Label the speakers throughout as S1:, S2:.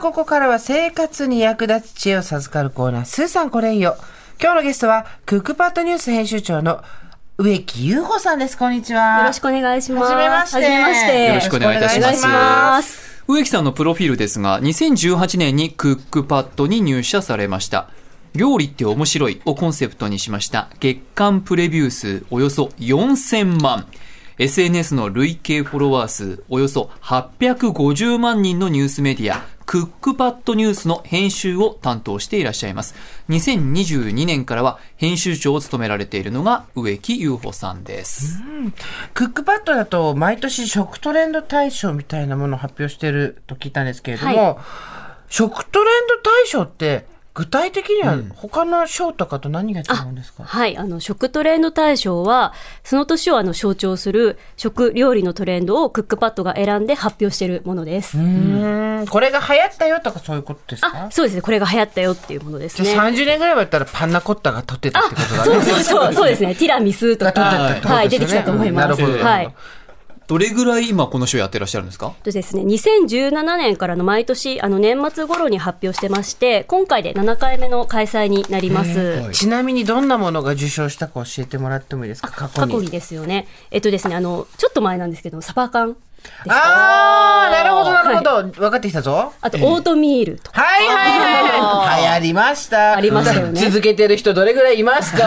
S1: ここからは生活に役立つ知恵を授かるコーナー、スーさんこれいいよ。今日のゲストは、クックパッドニュース編集長の植木優子さんです。こんにちは。
S2: よろしくお願いします。
S1: はじめまして
S2: はじめまして。
S3: よろしくお願いいたします
S2: お願いします
S3: 植木さんのプロフィールですが2018年にクックパッドに入社されました料理って面白いをコンセプトにしました月間プレビュー数およそ4000万 SNS の累計フォロワー数およそ850万人のニュースメディアクックパッドニュースの編集を担当していらっしゃいます2022年からは編集長を務められているのが植木優穂さんです
S1: クックパッドだと毎年食トレンド大賞みたいなものを発表してると聞いたんですけれども、
S2: は
S1: 食トレンド大賞って具体的には他の賞とかと何が違うんですか、
S2: はい、あの、食トレンド大賞は、その年をあの象徴する食料理のトレンドをクックパッドが選んで発表しているものです。
S1: うーんこれが流行ったよとかそういうことです
S2: あ
S1: か、
S2: そうですね。これが流行ったよっていうものです
S1: じゃ
S2: ね。
S1: あ30年ぐらい前だったらパンナコッタが取ってたってことだね。
S2: そうそうそう、そうですね。ティラミスとか、
S1: が取ってた
S2: は
S1: っ
S2: い、
S1: てこ
S2: 出
S1: とで
S2: てき
S1: すよね
S2: たと思います。
S3: うんなるほど
S2: はい。
S3: どれぐらい今この賞やってらっしゃるんですか
S2: とですね、2017年からの毎年、あの、年末頃に発表してまして、今回で7回目の開催になります。
S1: ちなみにどんなものが受賞したか教えてもらってもいいですか過去
S2: 過
S1: に。
S2: 去にですよね。えっとですね、あの、ちょっと前なんですけど、サバ缶でした。
S1: あー、なるほど、なるほど、分かってきたぞ。
S2: あと、オートミール とか。
S1: はいはいはい。流行りました。
S2: ありましたよね
S1: 続けてる人どれぐらいいます か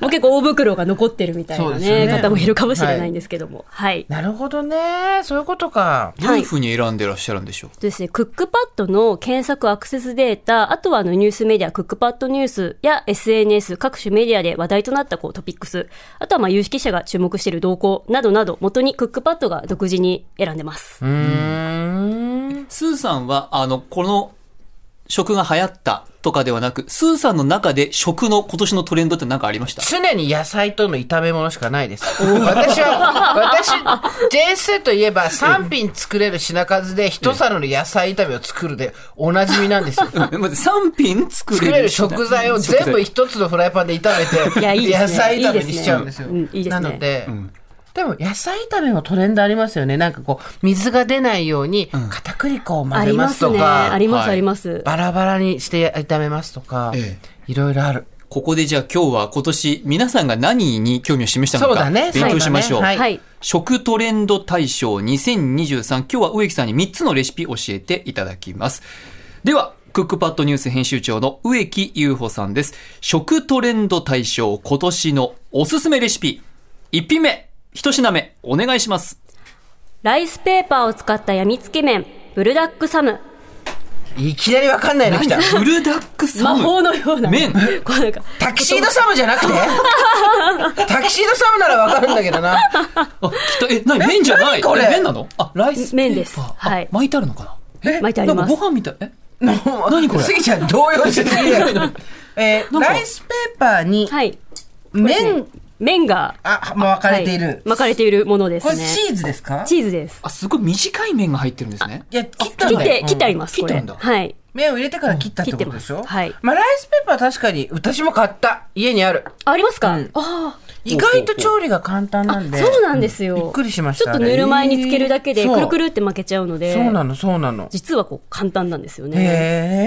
S2: もう結構大袋が残ってるみたい
S1: そう
S2: な
S1: ですよ
S2: ね
S1: ね
S2: 方もいるかもしれないんですけども。はい。
S1: なるほどね。そういうことか。
S3: どういうふうに選んでらっしゃるんでしょう
S2: そうですね、クックパッドの検索アクセスデータ、あとはあのニュースメディア、クックパッドニュースや SNS、各種メディアで話題となったこうトピックス、あとはまあ有識者が注目している動向などなど、元にクックパッドが独自に選んでます。
S1: うーん。
S3: スーさんは、あの、この食が流行ったとかではなく、スーさんの中で食の今年のトレンドって何かありました
S1: 常に野菜との炒め物しかないです。私は、私、JS といえば3品作れる品数で一皿の野菜炒めを作るでおなじみなんですよ。
S3: まず3品作れる。
S1: 作れる食材を全部一つのフライパンで炒め
S2: いやいい
S1: て、
S2: ですね
S1: 野菜炒めにしちゃうんですよ。
S2: いいですねうんいいです
S1: な
S2: ね
S1: ので、でも野菜炒めもトレンドありますよね。なんかこう、水が出ないように片栗粉を
S2: あ
S1: 混ぜ
S2: り
S1: ま
S2: ますす
S1: と
S2: ね。あ
S1: か、
S2: ります、
S3: はい
S2: あります。
S1: バラバラにして炒めますとか
S3: え、
S1: いろいろある。
S3: ここでじゃあ今日は今年皆さんが何に興味を示したの
S1: そうだ
S3: か
S1: ね
S3: 勉強しましょ
S1: そ
S3: う。
S1: うだねはい
S2: はい。
S3: 食トレンド大賞2023今日は植木さんに3つのレシピ教えていただきます。では、クックパッドニュース編集長の植木優穂さんです。食トレンド大賞今年のおすすめレシピ。1品目、1品目、お願いします。
S2: ライスペーパーを使ったやみつけ麺、ブルダックサム。
S1: いきなりわかんないの来た。
S3: ブルダックサ
S2: 魔
S3: ム。
S2: 法のような。
S3: 麺
S2: こうなんか、
S1: タキシードサムじゃなくて タキシードサムならわかるんだけどな。
S3: あ、きっと、え、なに麺じゃない
S1: 何これ
S3: え麺なのあ、ライスペーパー。
S2: 麺です
S3: あ
S2: はい
S3: 巻いてあるのかなえ
S2: 巻いてあります
S3: なんかご飯みたい。え
S1: 何
S3: これ
S1: スギちゃん動揺してすぎ るえー
S3: なんか
S1: ライスペーパーに
S2: はい。
S1: 麺、
S2: 麺が、
S1: あ、まあ、分かれている。
S2: は巻かれているもので
S1: こ
S2: す
S1: れ
S2: ね。
S1: チーズですか
S2: チーズです。
S3: あ、すごい短い麺が入ってるんですね。
S1: いや、切ったん
S2: 切っ
S1: だ
S2: て
S1: よ、
S2: 切ってあります、
S3: 切っ
S2: こ
S3: てあ
S2: れ。
S3: るんだ
S2: はい。
S1: 麺を入れてから切ったってことでしょ、
S2: 切ってますはい
S1: まあ、ライスペーパーは確かに、私も買った。家にある。
S2: あありますか、
S1: うん
S2: あ
S1: 意外と調理が簡単なん
S2: あ、
S1: で。
S2: そうなんですよ。
S1: びっくりしました
S2: ちょっと塗る前につけるだけで、
S1: あれ
S2: くるくるって巻けちゃうので、
S1: そうなの、そうなの。
S2: 実はこう簡単なんですよね。
S1: へ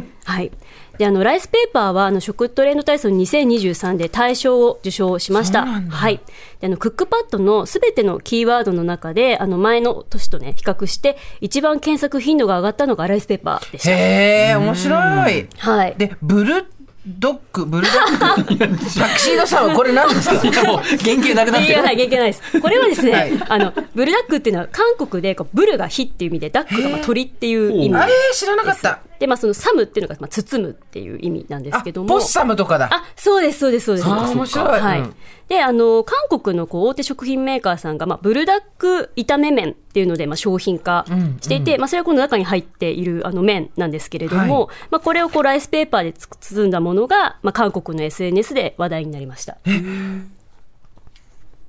S1: え。
S2: はい。で、あの、ライスペーパーは、あの、食トレンド体操2023で大賞を受賞しました。はい。で、あの、クックパッドのすべてのキーワードの中で、あの、前の年とね、比較して、一番検索頻度が上がったのがライスペーパーでした。
S1: へえ、面白い。
S2: はい。
S1: で、ブルドッグ、ブルドッ グ。タクシードさんはこれ何ですか
S3: もう、原型なくなっ
S2: い
S3: て
S2: や
S3: る。
S2: ない、いけないです。これはですね、
S1: はい
S2: あの、ブルダックっていうのは、韓国でこう、ブルが火っていう意味で、ダックがまあ鳥っていう意味
S1: あれ知らなかった。
S2: で、まあ、そのサムっていうのが、まあ、包むっていう意味なんです
S1: あ、
S2: けども。
S1: ポッサムとかだ。
S2: あ、そうです、そうです、そうです。
S1: あー面白い
S2: はい。
S1: うん
S2: で、あの、韓国のこう大手食品メーカーさんが、まあ、ブルダック炒め麺っていうので、まあ、商品化していて、まあ、それはこの中に入っている、あの、麺なんですけれども、まあ、これをこう、ライスペーパーでつ包んだものが、まあ、韓国の SNS で話題になりました。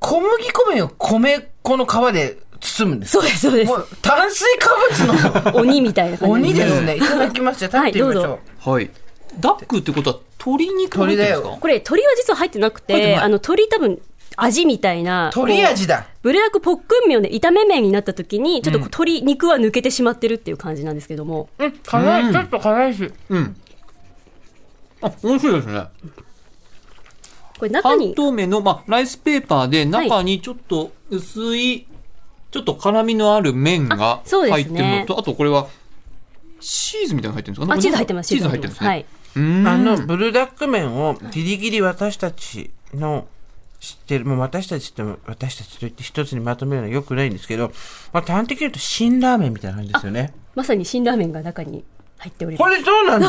S1: 小麦粉麺を米粉の皮で包むんです
S2: そうです、そうです
S1: も。う炭水化物の
S2: 鬼みたいな感 じ
S1: 鬼ですね。いただきました。食べてみましょう。
S2: はいどう
S3: はい。ダックってことは鶏肉が入ってるんですか
S2: これ、鳥は実は入ってなく
S3: 入って
S2: て、
S3: ない
S2: あの、鳥多分、味みたいな。
S1: 鳥味だ。
S2: ブルダックポックンミョンで炒め麺になった時に、ちょっとこう鶏肉は抜けてしまってるっていう感じなんですけども。
S1: うん、辛い、ちょっと辛いし。
S3: あ、美味しいですね。
S2: これ中
S3: 半
S2: に、
S3: 透明の、まあ、ライスペーパーで中にちょっと薄い、ちょっと辛みのある麺が
S2: あそうで
S3: 入っ
S2: す
S3: て
S2: ね
S3: るのと、あとこれはチーズみたいなの入ってるんですか
S2: あ、チーズ入ってます。
S3: チーズ入ってるんですね。
S2: はい。
S3: うーん
S1: あの、ブルダック麺をギリギリ私たちの知ってる、もう私たちっても私たちと言って一つにまとめるのはよくないんですけど、まあ端的に言うと辛ラーメンみたいな感じですよね。
S2: まさに辛ラーメンが中に入っておりま
S1: こ
S2: す。
S1: れそうなんだ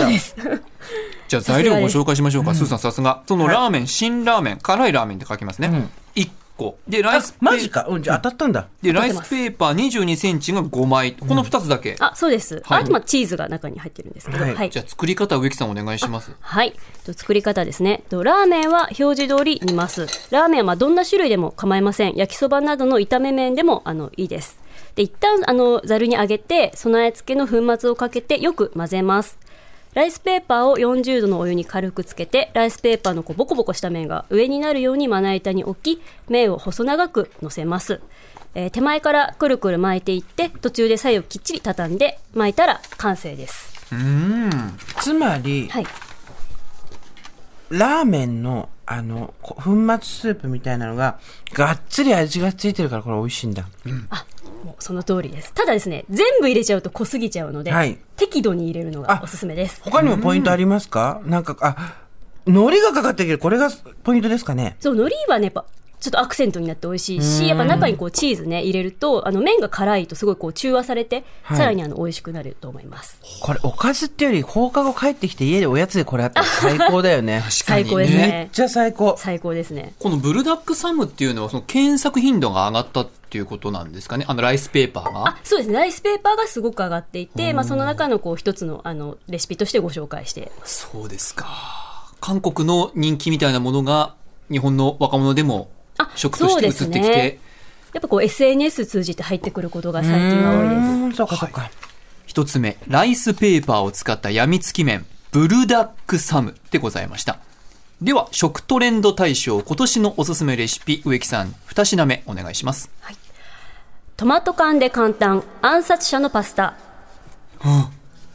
S3: じゃあ材料をご紹介しましょうか。スーさんさすが。そのラーメン、新ラーメン、辛いラーメンって書きますね。1個。で、ラ
S1: あ
S3: イスペ
S1: マジか。うん、じゃあ当たったんだ。
S3: で、ライスペーパー22センチが5枚。この2つだけ。
S2: あ、そうです。
S3: はい
S2: あと、まあ、チーズが中に入ってるんですけど。
S1: は
S2: はいい。
S3: じゃあ作り方植木さんお願いします。
S2: はい。と作り方ですね。とラーメンは表示通り煮ます。ラーメンはまあどんな種類でも構いません。焼きそばなどの炒め麺でもあのいいです。で一旦あのざるにあげて備え付けの粉末をかけてよく混ぜます。ライスペーパーを40度のお湯に軽くつけて、ライスペーパーのこうボコボコした面が上になるようにまな板に置き、麺を細長く乗せます。えー手前からくるくる巻いていって、途中で左右きっちり畳んで巻いたら完成です。
S1: つまり、
S2: はい。
S1: ラーメンの、あの、こ粉末スープみたいなのが、がっつり味がついてるからこれ美味しいんだ。
S2: もうその通りです。ただですね、全部入れちゃうと濃すぎちゃうので、
S1: はい
S2: 適度に入れるの
S1: あ
S2: がおすすめです。
S1: 他にもポイントありますかなんか、あ、海苔がかかってるけど、これがポイントですかね
S2: そう、海苔はね、やっぱ、ちょっとアクセントになって美味しいし、やっぱ中にこうチーズね、入れると、あの麺が辛いとすごいこう中和されて、
S1: はい
S2: さらにあの美味しくなると思います。
S1: これおかずってより放課後帰ってきて家でおやつでこれあったら最高だよ ね
S2: 最高です
S1: めっ
S2: ね。
S1: ちゃ最高
S2: 最高ですね。
S3: このブルダックサムっていうのはその検索頻度が上がったっていうことなんですかねあのライスペーパーが。
S2: あ、そうですね。ライスペーパーがすごく上がっていて、まあその中のこう一つのあのレシピとしてご紹介してます。
S3: そうですか。韓国の人気みたいなものが日本の若者でも
S2: あ
S3: 食として移って
S2: そうで
S3: き
S2: す
S3: て
S2: ね、やっぱこう SNS 通じて入ってくることが最近は多いです。
S1: うーんそうかそうか、
S3: 一つ目、ライスペーパーを使ったやみつき麺、ブルダックサムでございました。では、食トレンド大賞、今年のおすすめレシピ、植木さん、二品目お願いします。
S2: トマト缶で簡単、暗殺者のパスタ。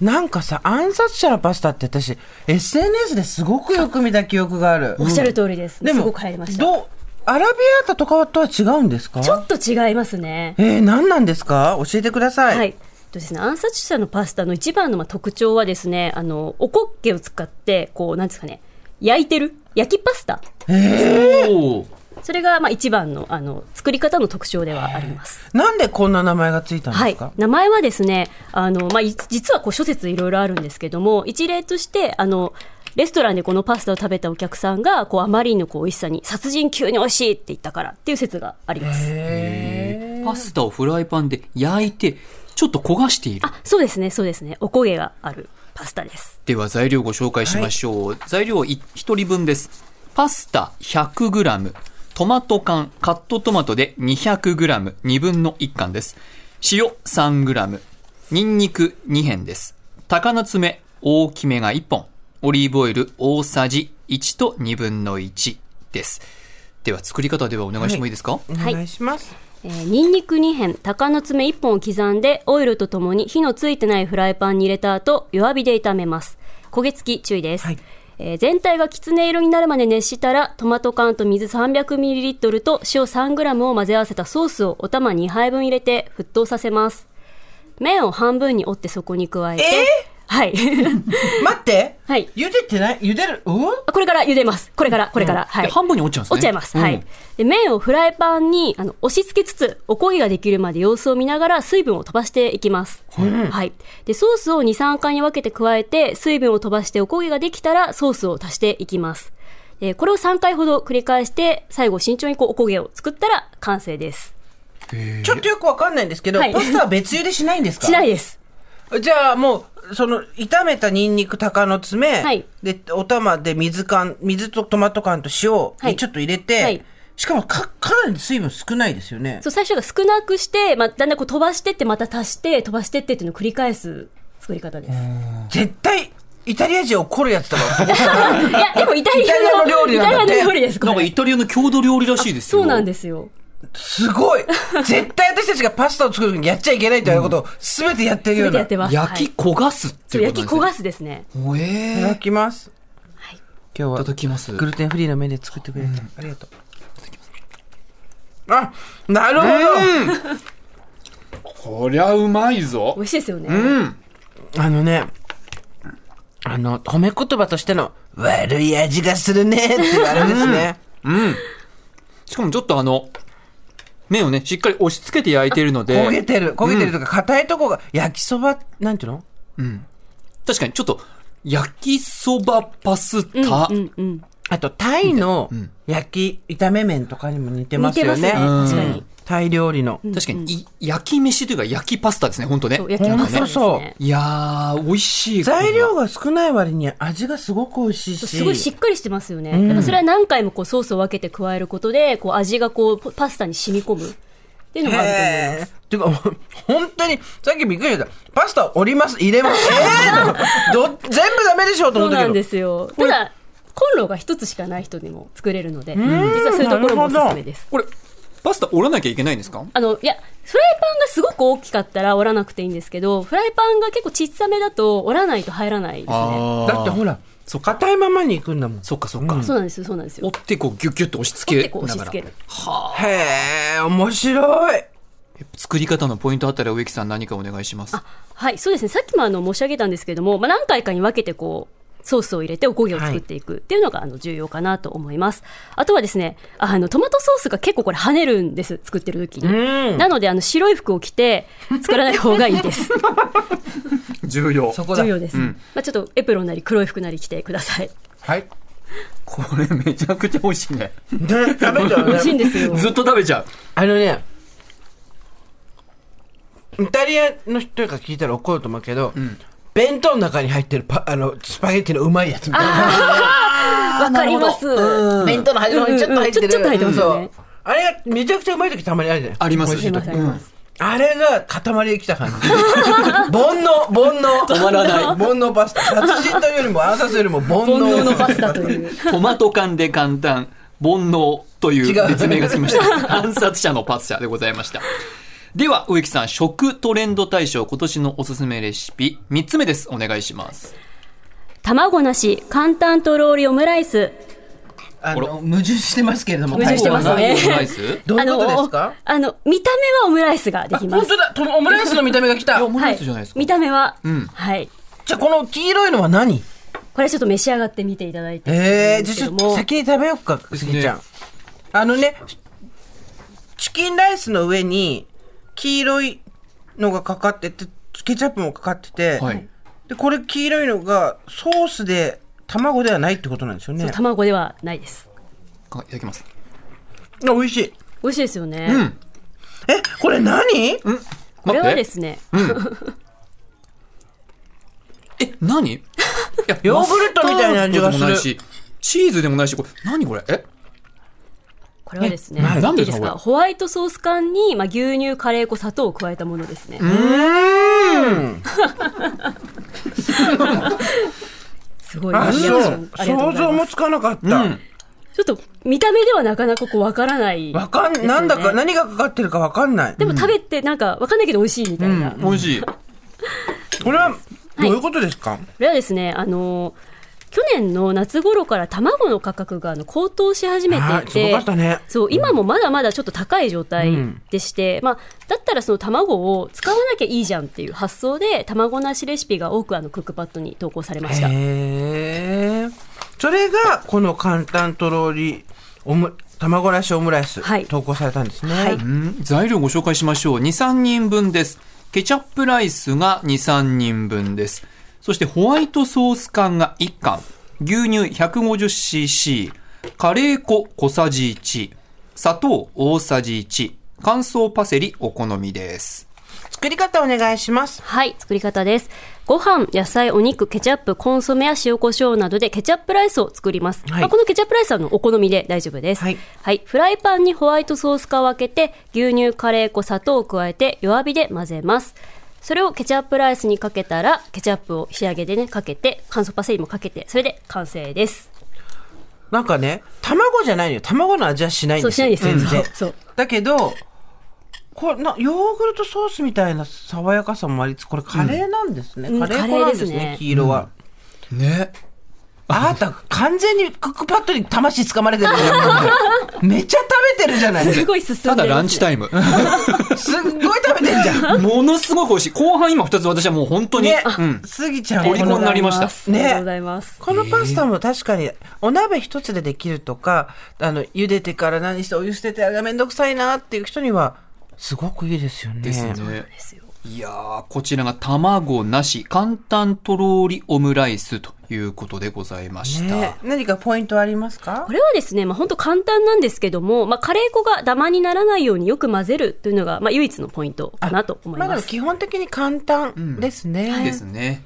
S1: なんかさ暗殺者のパスタって私 SNS ですごくよく見た記憶がある
S2: おっしゃる通りです。
S1: ですも
S2: ごく入りました。
S1: どうアラビアータとかとは違うんですか
S2: ちょっと違いますね。
S1: えー、何なんですか教えてください、
S2: はい。とですね、暗殺者のパスタの一番のまあ特徴はですね、あの、おこっけを使って、こう、なんですかね、焼いてる焼きパスタ。
S3: おー
S2: それが、まあ、一番の、あの、作り方の特徴ではあります。
S1: なんでこんな名前がついたんで
S2: は
S1: す
S2: い
S1: か、。
S2: 名前はですね、あの、まあ、い実はこう諸説いろいろあるんですけども、一例として、あの、レストランでこのパスタを食べたお客さんが、こう、あまりのこう、美味しさに、殺人級に美味しいって言ったからっていう説があります。
S3: パスタをフライパンで焼いて、ちょっと焦がしている。
S2: あ、そうですね、そうですね。お焦げがあるパスタです。
S3: では、材料ご紹介しましょう。材料1人分です。パスタ 100g、トマト缶、カットトマトで 200g、2分の1缶です。塩 3g、ニンニク2片です。高菜爪、大きめが1本。オリーブオイル大さじ1と1分の1です。では、作り方ではお願いしてもいいですか、
S1: お願いします、
S2: えー、ニンニク2片、鷹の爪1本を刻んで、オイルとともに火のついてないフライパンに入れた後、弱火で炒めます。焦げ付き注意です。
S1: はい
S2: えー全体がきつね色になるまで熱したら、トマト缶と水 300ml と塩 3g を混ぜ合わせたソースをお玉2杯分入れて沸騰させます。麺を半分に折ってそこに加えて、はい。
S1: 待って、
S2: はい
S1: 茹でてない茹でるうん
S2: あこれから茹でます。これから、これから。は
S3: で
S2: い。
S3: 半分に折っちゃうんですね。
S2: 落ちちゃいます。は
S3: う
S2: い
S3: ん。
S2: で、麺をフライパンにあの押し付けつつ、おこげができるまで様子を見ながら水分を飛ばしていきます。はい。で、ソースを2、3回に分けて加えて、水分を飛ばしておこげができたらソースを足していきます。で、これを3回ほど繰り返して、最後慎重にこうおこげを作ったら完成です。
S1: ちょっとよくわかんないんですけど、
S2: はい
S1: パスタは別茹でしないんですか
S2: しないです。
S1: じゃあもう、その、炒めたニンニク、鷹の爪、
S2: はい
S1: で、お玉で水缶、水とトマト缶と塩を
S2: はい
S1: ちょっと入れて、
S2: はい
S1: しかもか、かなり水分少ないですよね。
S2: そう、最初が少なくして、まあ、だんだんこう飛ばしてって、また足して、飛ばしてってっていうのを繰り返す作り方です。
S1: 絶対、イタリア人怒るやつ とか僕
S2: いや、でもイタリア
S1: イタリアの
S2: の
S1: 料理
S2: イ
S1: なんだっ
S2: タリアの
S1: て
S2: 料理です、
S3: なん
S2: こ
S3: か
S2: れ。
S3: イタリアの郷土料理らしいですよ。。
S2: そうなんですすよ。
S1: すごい絶対私たちがパスタを作る時にやっちゃいけないということを全てやってるよう
S2: 全て
S1: な。
S2: やってます。
S3: 焼き
S2: はい
S3: 焦がすって
S2: そう
S3: いうこ
S2: 焼き
S3: と
S2: 焦
S3: なん
S2: が
S3: です
S2: ですね。
S3: すね。おえ
S1: いただ
S3: ー。
S1: きます。今
S3: いた
S1: 日
S3: だ
S1: は
S3: きます。
S1: グルテンフリーのメニュー作ってくれて、ありがとう。あ、なるほ
S3: こりゃうまいぞ
S2: 美。味しいですよね。
S3: うん。
S1: ど、あのね、あの、褒め言葉としての、悪い味がするねっていうあれですね。
S3: しかもちょっとあの、麺をね、しっかり押し付けて焼いている の
S1: 焦げ
S3: で、
S1: てる、焦げてるとか、硬いとこが、焼きそば、なんていうの
S3: 確かにちょっと、焼きそばパスタ。
S2: うんうん。
S1: あと、タイの焼き、炒め麺とかにも似てま
S2: 似
S1: す
S2: てま
S1: よ
S2: す
S1: ね。
S2: ね。確か
S3: う
S2: に。
S1: タイ料理の。
S3: 確かに、い焼き飯というか焼きパスタですね、ほんとね
S2: そう。焼きパスタです
S1: ほんと
S2: ね。
S3: いやー、美味しい。
S1: 材料が少ない割に味がすごく美味しいし。
S2: すごいしっかりしてますよね。やっぱそれは何回もこうソースを分けて加えることで、こう味がこうパスタに染み込むっていうのがあると思います。
S1: えーてか、本当に、さっきびっくりした。パスタ折ります、入れます。えー、ど全部ダメでしょと思
S2: そう
S1: った
S2: なん
S1: け
S2: で
S1: ど。
S2: すよ。ただ、コンロが一つしかない人でも作れるので、実はそういうところもおすすめです。
S3: これ、パスタ折らなきゃいけないんですか
S2: あの、いや、フライパンがすごく大きかったら折らなくていいんですけど、フライパンが結構小さめだと折らないと入らないですね。
S1: だってほら、
S3: そっか、
S1: 硬いままに行くんだもん。
S3: そっか、そっか。
S2: そうなんですよ、そうなんですよ。
S3: 折ってこう、ギュッギュッと押し付
S2: 折っ
S3: け
S2: てこう押し付ける。
S1: へえ、面白い。
S3: 作り方のポイントあったら植木さん何かお願いします
S2: はい、そうですね。さっきもあの申し上げたんですけども、まあ、何回かに分けてこう、ソースを入れておこげを作っていくっていうのが、あの重要かなと思います。あとはですね、あのトマトソースが結構これ跳ねるんです、作ってる時に。なのであの白い服を着て作らない方がい いです。
S3: 重要
S1: そこだ
S2: 重。要です。まあちょっとエプロンなり黒い服なり着てくだ さい。
S1: はい。
S3: これめちゃくちゃ美味しいね
S1: ね、食べちゃ う
S2: 美味しいん
S1: ね。
S2: ですよ。
S3: ずっと食べちゃう
S1: あのね、イタリアの人が聞いたら怒ると思うけど、弁当の中に入ってるパあのスパゲッティのうまいやつみたいな。
S2: わかります。
S1: うん弁当の端の方にちょっと入ってる。
S2: うんうんうんちょちょっと入ってますよね
S1: そうあれがめちゃくちゃうまい時たまにあるじゃない
S3: あります
S2: すいません。
S1: あれが塊できた感じ。 煩悩、煩悩。
S3: 止まらない
S1: 煩悩パスタ。殺人というよりも暗殺よりも煩
S2: 煩
S1: 悩。
S2: 悩のパスタという。
S3: トマト缶で簡単煩悩とい
S1: 違
S3: う
S1: う
S3: 別名がつきました暗殺者のパスタでございましたでは植木さん食トレンド大賞今年のおすすめレシピ3つ目ですお願いします
S2: 卵なし、簡単とろーりオムライス。
S1: あ
S3: あら
S1: の、矛盾してますけれども。
S2: 矛盾してます
S1: はい
S2: ね
S3: オムライスい
S1: どういうことです
S2: あの
S1: か
S2: あの、見た目はオムライスができま
S1: 本
S2: す。
S1: 当だとオムライスの見た目が来た
S3: やオム
S2: は
S3: ライ
S2: い
S3: スじゃないです。か、
S2: 見た目は、
S3: ん
S2: はい。
S1: じゃあこの黄色いのは何
S2: これちょっと召し上がってみていただいて。
S1: ええじゃあちょっと
S2: も
S1: 先に食べようか、すぎちゃん。あのね、チキンライスの上に黄色いのがかかってて、ケチャップもかかってて、
S3: はい
S1: で、これ黄色いのがソースで、卵ではないってことなんですよね。
S2: 卵ではないです。
S3: いただきます
S1: あ、美味しい。
S2: 美味しいですよね。
S3: うん
S1: え、これ何
S2: これは
S3: 待
S2: で
S3: って
S2: すね、
S3: え何いや
S1: ヨーグルトみたいな味がする
S3: マスタードでもないしチーズでもないしこれ何これえ
S2: これはですね、
S3: えない
S2: いいです
S3: なんですかこ
S2: か、ホワイトソース缶に、まあ、牛乳、カレー粉、砂糖を加えたものですね。すごい、
S1: あ、
S2: いいリ
S1: そ
S2: アクショ
S1: う
S2: ン。ありがと
S1: 想
S2: うござ
S1: 像
S2: いま
S1: も
S2: す。
S1: つかなかった。
S2: ちょっと見た目ではなかなかこうわからない、
S1: わ、かん、なんだか、何がかかってるかわかんない。
S2: でも食べてなんかわかんないけど美味しいみたいな。
S3: 美味しい
S1: これは、どういうことですか、
S2: これはですね、あの去年の夏頃から卵の価格があの高騰し始め
S1: はい、
S2: てい
S1: すご
S2: て、
S1: かったね。
S2: そう今もまだまだちょっと高い状態でして、まあ、だったらその卵を使わなきゃいいじゃんっていう発想で卵なしレシピが多くあのクックパッドに投稿されました。
S1: へえ。それが、この簡単とろり、オム、卵なしオムライス、
S2: はい
S1: 投稿されたんですね。
S2: はい
S3: うん材料ご紹介しましょう23人分ですケチャップライスが23人分ですそしてホワイトソース缶が1缶牛乳 150cc カレー粉小さじ1砂糖大さじ1乾燥パセリお好みです
S1: 作り方お願いします。
S2: はい、作り方です。ご飯、野菜、お肉、ケチャップ、コンソメや塩コショウなどでケチャップライスを作ります。
S1: はい
S2: まあ、このケチャップライスはあのお好みで大丈夫です。
S1: は
S2: はいい、フライパンにホワイトソース化を分けて、牛乳、カレー粉、砂糖を加えて弱火で混ぜます。それをケチャップライスにかけたらケチャップを仕上げでねかけて乾燥パセリもかけてそれで完成です
S1: なんかね、卵じゃないのよ。卵の味はしないん
S2: そう
S1: です
S2: し
S1: よ。
S2: ないですよ、
S1: うん
S2: そう そう
S1: だけど、これな、ヨーグルトソースみたいな爽やかさもありつつ、これカレーなんですね。
S2: うん
S1: カレー粉なんです
S2: カレーです
S1: ね
S2: ね、
S1: 黄色は。
S3: ね。
S1: あなた、完全にクックパッドに魂つかまれてるじゃ ん。めっちゃ食べてるじゃない
S2: すごい進んで
S3: ただランチ
S2: タイ
S3: タイム。
S1: すっごい食べてんじゃん。
S3: ものすごく美味しい。後半今2つ私はもう本当に。
S1: ね
S3: うん、。
S1: スギちゃん、
S3: オリコンになりました
S2: あ
S1: ね
S2: りがとうございます
S1: このパスタも確かに、お鍋一つでできるとか、あの、茹でてから何してお湯捨ててあれがめんどくさいなっていう人には、すごくいいですよね。
S3: ですね。いやー、こちらが卵なし、簡単とろーりオムライスということでございました。
S1: ね何かポイントありますか
S2: これはですね、まあ、本当簡単なんですけども、まあ、カレー粉がダマにならないようによく混ぜるというのが、まあ、唯一のポイントかなと思い
S1: まあで
S2: ま
S1: も
S2: す。
S1: 基本的に簡単ですね。
S3: ですね。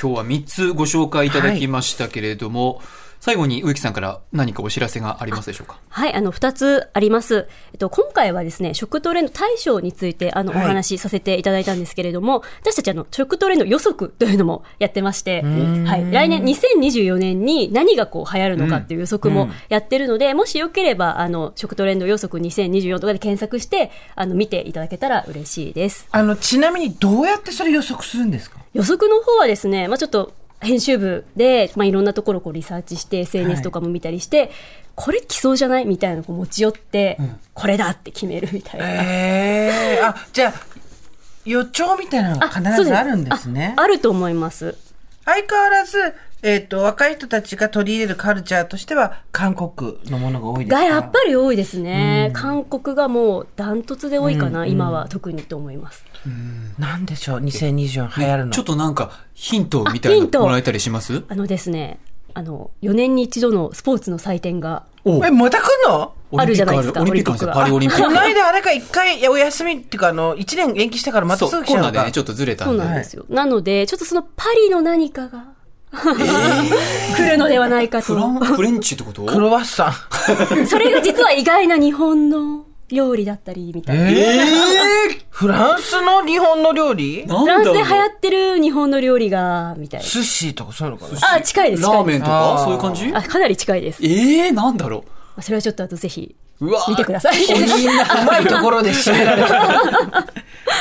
S3: 今日は3つご紹介いただきましたけれども、最後に植木さんから何かお知らせがありますでしょうか
S2: はい、あの、二つあります。えっと、今回はですね、食トレの対象について、あの、お
S1: はい
S2: 話しさせていただいたんですけれども、私たち、あの、食トレの予測というのもやってまして、はい、来年2024年に何がこう流行るのかっていう予測もやってるので、もしよければ、あの、食トレンド予測2024とかで検索して、あの、見ていただけたら嬉しいです。
S1: あの、ちなみにどうやってそれ予測するんですか
S2: 予測の方はですね、まあ、ちょっと編集部で、まあ、いろんなところをこうリサーチして
S1: は
S2: SNS
S1: い
S2: とかも見たりして、これ来そうじゃないみたいなのをこう持ち寄って、これだって決めるみたいな。
S1: ええあ、じゃあ、予兆みたいなのが必ずあるんですね。
S2: ああると思います。
S1: 相変わらず、えっ、と、若い人たちが取り入れるカルチャーとしては、韓国のものが多いです
S2: が
S1: か
S2: やっぱり多いですね。韓国がもうダントツで多いかな、今は特にと思います。
S1: なんでしょう、2024流行るの。
S3: ちょっとなんかヒントみたい
S2: あ
S3: な
S2: ヒント
S3: のもらえたりします
S2: あのですね、あの、4年に一度のスポーツの祭典が、
S3: お
S1: え、また来んの
S2: あるじゃないですか
S3: オリンピックあるんですよ
S2: オ
S3: パリオリンピッ
S1: こ
S3: ク
S1: の。間、あれか一回お休みっていうか、あの、一年延期したからまたす
S3: そ
S1: ぐ
S3: う、
S1: 来
S3: コ
S1: ち
S3: ロ
S1: ゃう
S3: ナ
S1: の
S3: で
S1: か
S3: ね、ちょっとずれた
S2: そうん
S3: で。
S2: なんですよ。なので、ちょっとそのパリの何かが、 来るのではないかと。
S3: フラン、フレンチってこと
S1: クロワッサン。
S2: それが実は意外な日本の料理だったりみたいな。
S1: えー、フランスの日本の料理
S3: な
S2: フ
S3: ん
S2: ラン
S3: だ
S2: ス
S3: ろう
S2: で流行ってる日本の料理が、みたいな。
S1: 寿司とかそういうのかな
S2: あ、近いです。近
S3: ラ
S2: い
S3: ーメ
S2: で
S3: ン
S2: す
S3: とか
S1: あー
S3: そういう感じ
S2: あ、かなり近いです。
S3: えー、なんだろ
S2: それはちょっとあとぜひ、
S3: う。うわー
S2: 見てください。
S1: うまいところで締めら れた。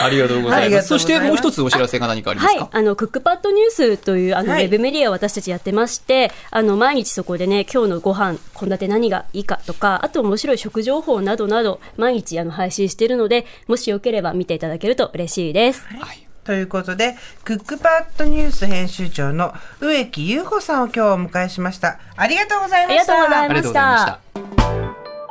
S3: ありがとうご
S1: あ
S3: ざい
S1: り
S3: ま
S1: が
S3: す。
S1: とうご
S3: そし
S1: ざい
S3: て
S1: ます
S3: もう一つお知らせが何かあります
S2: はい
S3: か、
S2: あのクックパッドニュースというあの、
S1: はい
S2: ウェブメディアを私たちやってましてあの毎日そこでね今日のご飯献立何がいいかとかあと面白い食情報などなど毎日あの配信しているのでもしよければ見ていただけると嬉しいです。
S3: はい。
S1: ということで、クックパッドニュース編集長の植木優子さんを今日お迎えしました。ありがとうございました。
S2: ありがとうござい
S3: あり
S2: ま
S3: が
S2: し
S3: と
S2: た
S3: うございました。